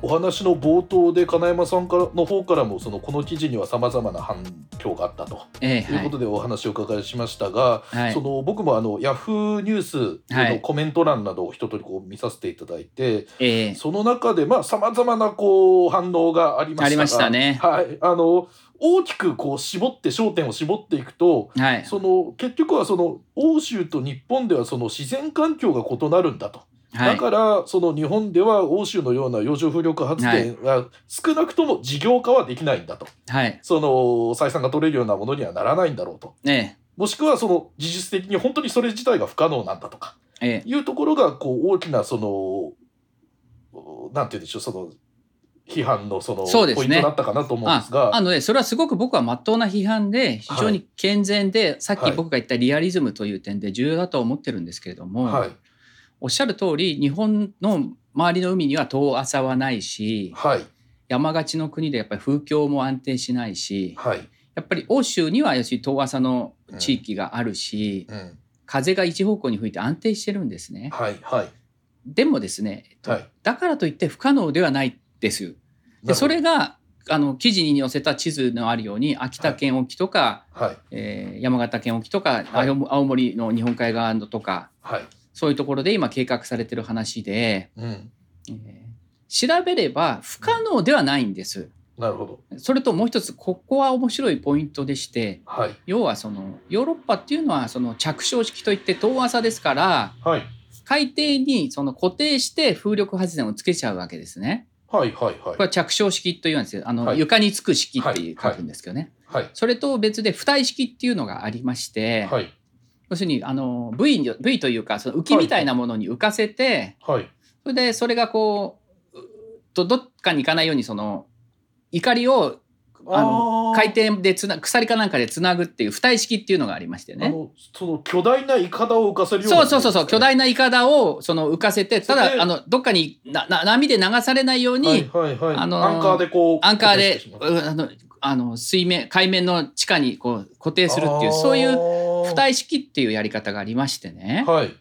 お話の冒頭で金山さんからの方からもそのこの記事にはさまざまな反響があったとええいうことでお話をお伺いしましたが、はいその僕もあのヤフーニュースはのいコメント欄などを一通りこう見させていただいて、ええその中でまあさまざまなこう反応がありましたがありましたねはい、あの大きくこう絞って焦点を絞っていくとはいその結局はその欧州と日本ではその自然環境が異なるんだと。はだいからその日本では欧州のような洋上風力発電が少なくとも事業化はできないんだと、はいその採算が取れるようなものにはならないんだろうとえもしくはその技術的に本当にそれ自体が不可能なんだとかええいうところがこう大きなそのなんて言うんでしょうその批判のそのそうですポイねントだったかなと思うんですがあのねそれはすごく僕は真っ当な批判で非常に健全で、さっき僕が言ったリアリズムという点で重要だと思ってるんですけれども、はいおっしゃる通り日本の周りの海には遠浅はないしはい山がちの国でやっぱり風況も安定しないしはい、やっぱり欧州には要するに遠浅の地域があるし、うん、風が一方向に吹いて安定してるんですね。はいはいでもですね、えっとはいだからといって不可能ではないです。でそれがあの記事に載せた地図のあるように秋田県沖とか、はいえー山形県沖とか、はい青青森の日本海側のとかはいそういうところで今計画されてる話で、うんえー調べれば不可能ではないんです。なるほどそれともう一つここは面白いポイントでしてはい要はそのヨーロッパっていうのはその着床式といって遠浅ですからはい海底にその固定して風力発電をつけちゃうわけですね。はいはいはこいれは着床式というんですよあの、はい床につく式っていう書くんですけどね、はいそれと別で浮体式っていうのがありまして、はい要するにあの V, に v というかその浮きみたいなものに浮かせて、はいそれでそれがこううとどっかに行かないようにその怒りをあのあー回転でつな鎖かなんかでつなぐっていう浮体式っていうのがありましてあね。のその巨大なイカダを浮かせるようなそうそうそうそう巨大なイカダをその浮かせてたそれだであのどっかになな波で流されないように、はいはいはいあのーアンカーでこうアンカーで固定してしまううあのあの水面海面の地下にこう固定するっていうそういうう浮体式っていうやり方がありましてねはい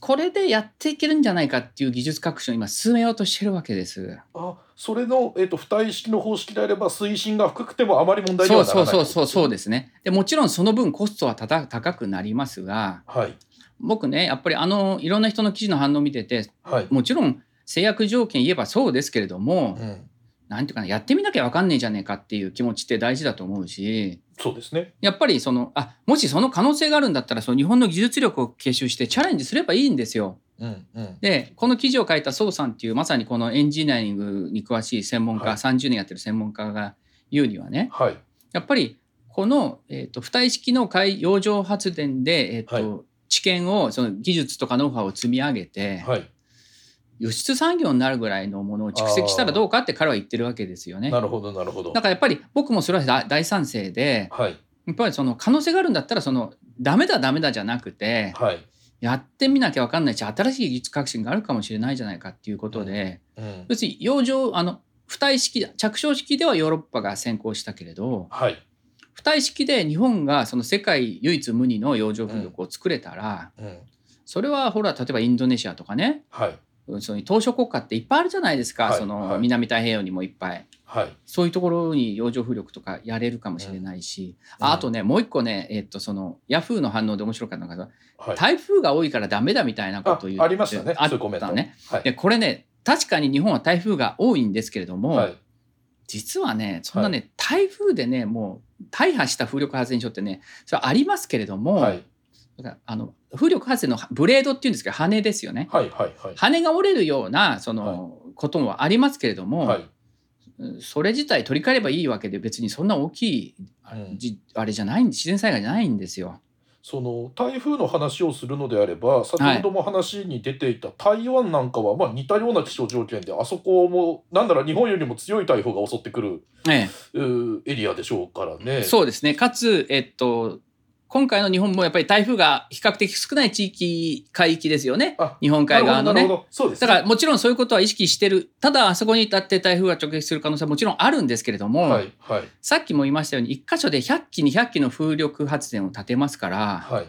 これでやっていけるんじゃないかっていう技術革新を今進めようとしてるわけです。あそれの、えっと浮体式の方式であれば水深が深くてもあまり問題にそはうならそなういそうそうそううですね。でもちろんその分コストはたた高くなりますがはい僕ねやっぱりあのいろんな人の記事の反応を見ててはい、もちろん制約条件言えばそうですけれどもうん、なんていうかなやってみなきゃ分かんねえじゃねえかっていう気持ちって大事だと思うしそうですねやっぱりそのあもしその可能性があるんだったらその日本の技術力を結集してチャレンジすればいいんですよ。うんうんでこの記事を書いた宋さんっていうまさにこのエンジニアリングに詳しい専門家、はい30年やってる専門家が言うにはねはいやっぱりこの、えー、と浮体式の海洋上発電で、えーとは知見をその技術とかノウハウを積み上げて、はい、輸出産業になるぐらいのものを蓄積したらどうかって彼は言ってるわけですよね。なるほどなるほどだからやっぱり僕もそれは大大賛成ではいやっぱりその可能性があるんだったらそのダメだダメだじゃなくてはいやってみなきゃ分かんないし新しい技術革新があるかもしれないじゃないかっていうことで。うん要するに洋上あの浮体式着床式ではヨーロッパが先行したけれどはい浮体式で日本がその世界唯一無二の洋上風力を作れたら、うんそれはほら例えばインドネシアとかねはいその島しょ国家っていっぱいあるじゃないですか、はいそはのい南太平洋にもいっぱいはいそういうところに洋上風力とかやれるかもしれないし、うんああとねもう一個ねえっとそのヤフーの反応で面白かったのがはい台風が多いからダメだみたいなこあとを言ってありましたねあそういうコメンったトねはいでこれね確かに日本は台風が多いんですけれども、はい実はねそんなね、台風でねもう大破した風力発電所ってねそれはありますけれども、はいだからあの風力発電のブレードっていうんですけど羽ですよねはいはいはい羽が折れるようなその、こともありますけれども、はいうんそれ自体取り替えればいいわけで別にそんな大きいあ,うんじ、あれじゃない自然災害じゃないんですよ。その台風の話をするのであれば先ほども話に出ていた台湾なんかはまあ似たような気象条件であそこもなんだろう日本よりも強い台風が襲ってくるえうーエリアでしょうからえ、ね。そうですねかつ、えっと、今回の日本もやっぱり台風が比較的少ない地域海域ですよねあ日本なる海ほ側どのなるねほ。どそうですだねからもちろんそういうことは意識してるただあそこに立って台風が直撃する可能性はもちろんあるんですけれども、はいはいさっきも言いましたように1箇所で100基200基の風力発電を建てますから、はい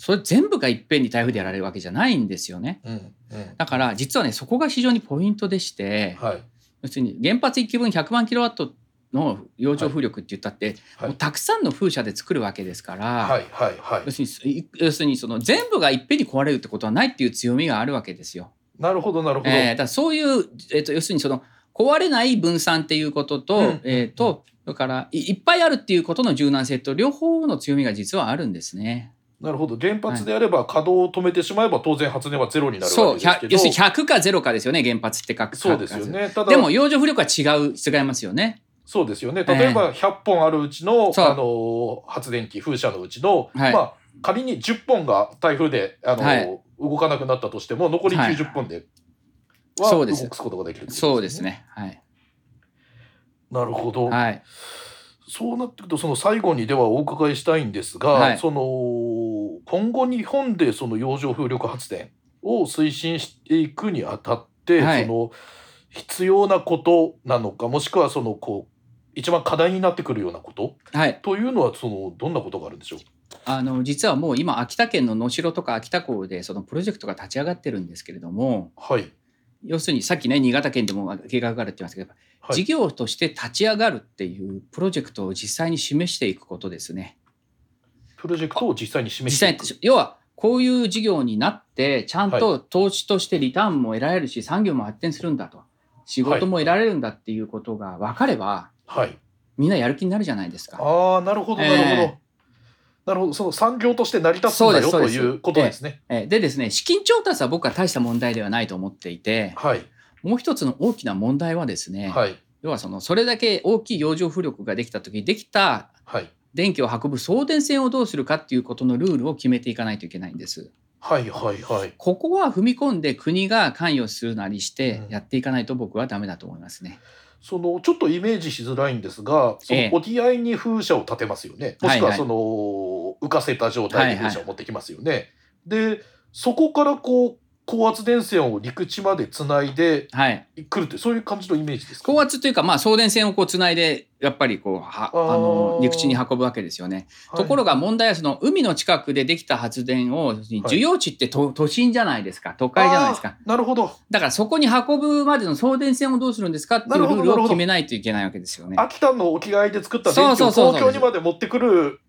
それ全部がいっぺんに台風でやられるわけじゃないんですよね。うんうんだから実はねそこが非常にポイントでして、はい要するに原発1基分100万キロワットの洋上風力って言ったって、はいもうたくさんの風車で作るわけですから、はいはいはい要するにい要するにその全部がいっぺんに壊れるってことはないっていう強みがあるわけですよ。なるほどなるほど、えーだからそういう、えー、と要するにその壊れない分散っていうことと,、うんえー、とだからいいっぱいあるっていうことの柔軟性と両方の強みが実はあるんですね。なるほど原発であれば稼働を止めてしまえば当然発電はゼロになるそわうけです100けど要するに100か0かですよね原発って書くそうですよ。ねただでも洋上風力は違う違いますよね。そうですよね例えば100本あるうちの、そうあの発電機風車のうちの、はいまあ仮に10本が台風であの、はい動かなくなったとしても残りはい90本ではそ動うですかすことができるってことそうです。ね。はい。なるほど、はい。そうなってくるとその最後にではお伺いしたいんですが、はいその今後日本でその洋上風力発電を推進していくにあたって、はいその必要なことなのかもしくはそのこう一番課題になってくるようなことはい。というのはそのどんなことがあるんでしょうあの、実はもう今、秋田県の能代とか秋田港で、そのプロジェクトが立ち上がってるんですけれども、はい、要するにさっきね、新潟県でも計画があるって言いましたけど、はい事業として立ち上がるっていうプロジェクトを実際に示していくことですね。プロジェクトを実際に示実して際いにく、要は、こういう事業になって、ちゃんと投資としてリターンも得られるし、産業も発展するんだと、仕事も得られるんだっていうことが分かれば、はい、みんなやる気になるじゃないですか。ああなるほどなるほど、ええなるほどその産業として成り立つんだよそとうですいそうですうことですね、えーでですね、資金調達は僕は大した問題ではないと思っていて、はいもう一つの大きな問題はですね、はい要はそのそれだけ大きい洋上風力ができた時できたはい電気を運ぶ送電線をどうするかっていうことのルールを決めていかないといけないんです。はいはいはいここは踏み込んで国が関与するなりしてやっていかないと僕はダメだと思いますね。そのちょっとイメージしづらいんですがそええの沖合に風車を建てますよね、もしくはいははいその浮かせた状態で風車を持ってきますよね、でそこからこう高圧電線を陸地までつないではい。くるってそういう感じのイメージですか高圧というかまあ送電線をこうつないでやっぱりこうはああーの陸地に運ぶわけですよね。ところが問題はその海の近くでできた発電を需要地って都都心じゃないですか都会じゃないですかあーなるほどだからそこに運ぶまでの送電線をどうするんですかっていうルーなるほどルなるほをど決めないといけないわけですよね。秋田の沖合で作った電気そうをそうそうそう東京にまで持ってくる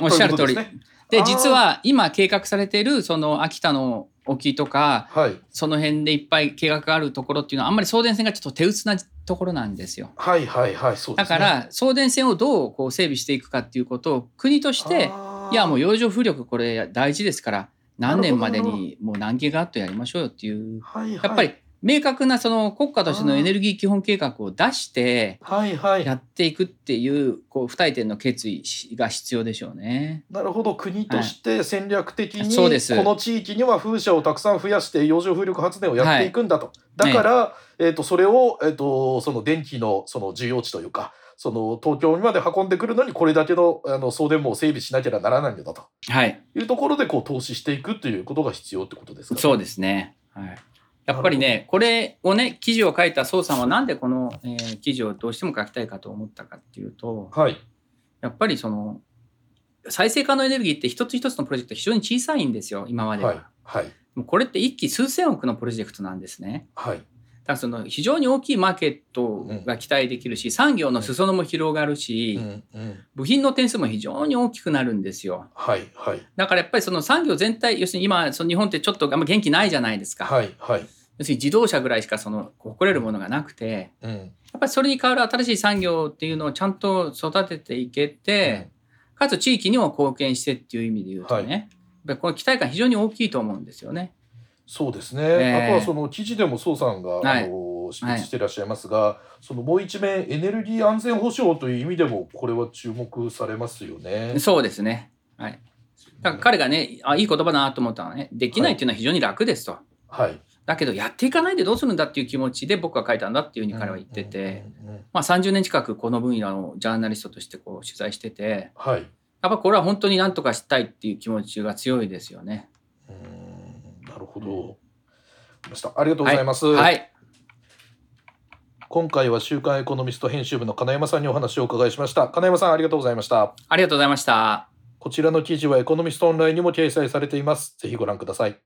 おっしゃる通りということですねであー実は今計画されているその秋田の沖とかはいその辺でいっぱい計画があるところっていうのはあんまり送電線がちょっと手薄なところなんですよ。はいはいはいそうでだすねから送電線をどうこう整備していくかっていうことを国としていやもう洋上風力これ大事ですから何年までなるほにもう何ギガワットやりましょうよっていうはいはいやっぱり明確なその国家としてのエネルギー基本計画を出してはいはいやっていくっていうこう不退転の決意が必要でしょうね。なるほど国として戦略的に、そうですこの地域には風車をたくさん増やして洋上風力発電をやっていくんだと、だから、えー、とそれを、えー、とその電気のその需要地というかその東京まで運んでくるのにこれだけのあの送電網を整備しなければならないのだとはい、いうところでこう投資していくということが必要ってことですか、ね、そうですね。はい。やっぱりね、これをね、記事を書いた宋さんはなんでこの、えー記事をどうしても書きたいかと思ったかっていうと、はいやっぱりその、再生可能エネルギーって一つ一つのプロジェクト非常に小さいんですよ、今までは。はいはいもうこれって一期数千億のプロジェクトなんですね。はいだからその非常に大きいマーケットが期待できるし、産業の裾野も広がるし、うんうん部品の点数も非常に大きくなるんですよ。はいはいだからやっぱりその産業全体、要するに今、その日本ってちょっとあんま元気ないじゃないですか。はいはい要するに自動車ぐらいしかその誇れるものがなくて、うんやっぱりそれに代わる新しい産業っていうのをちゃんと育てていけて、かつ地域にも貢献してっていう意味で言うとね、はいやっぱりこの期待感非常に大きいと思うんですよね。そうですね、ええあとはその記事でも宋さんが、はいあの指摘していらっしゃいますが、そのもう一面エネルギー安全保障という意味でもこれは注目されますよね。そうですね。はい。だから彼がね、あ、いい言葉だなと思ったのはね、できないっていうのは非常に楽ですと。はい、だけど、やっていかないでどうするんだっていう気持ちで僕は書いたんだっていうふうに彼は言ってて、うんうんうんまあ30年近くこの分野のジャーナリストとしてこう取材してて、はいやっぱこれは本当になんとかしたいっていう気持ちが強いですよね。うーんなるほど、わかりましたありがとうございます、はい。今回は「週刊エコノミスト」編集部の金山さんにお話をお伺いしました金山さんありがとうございましたありがとうございました。こちらの記事はエコノミストオンラインにも掲載されています。ぜひご覧ください。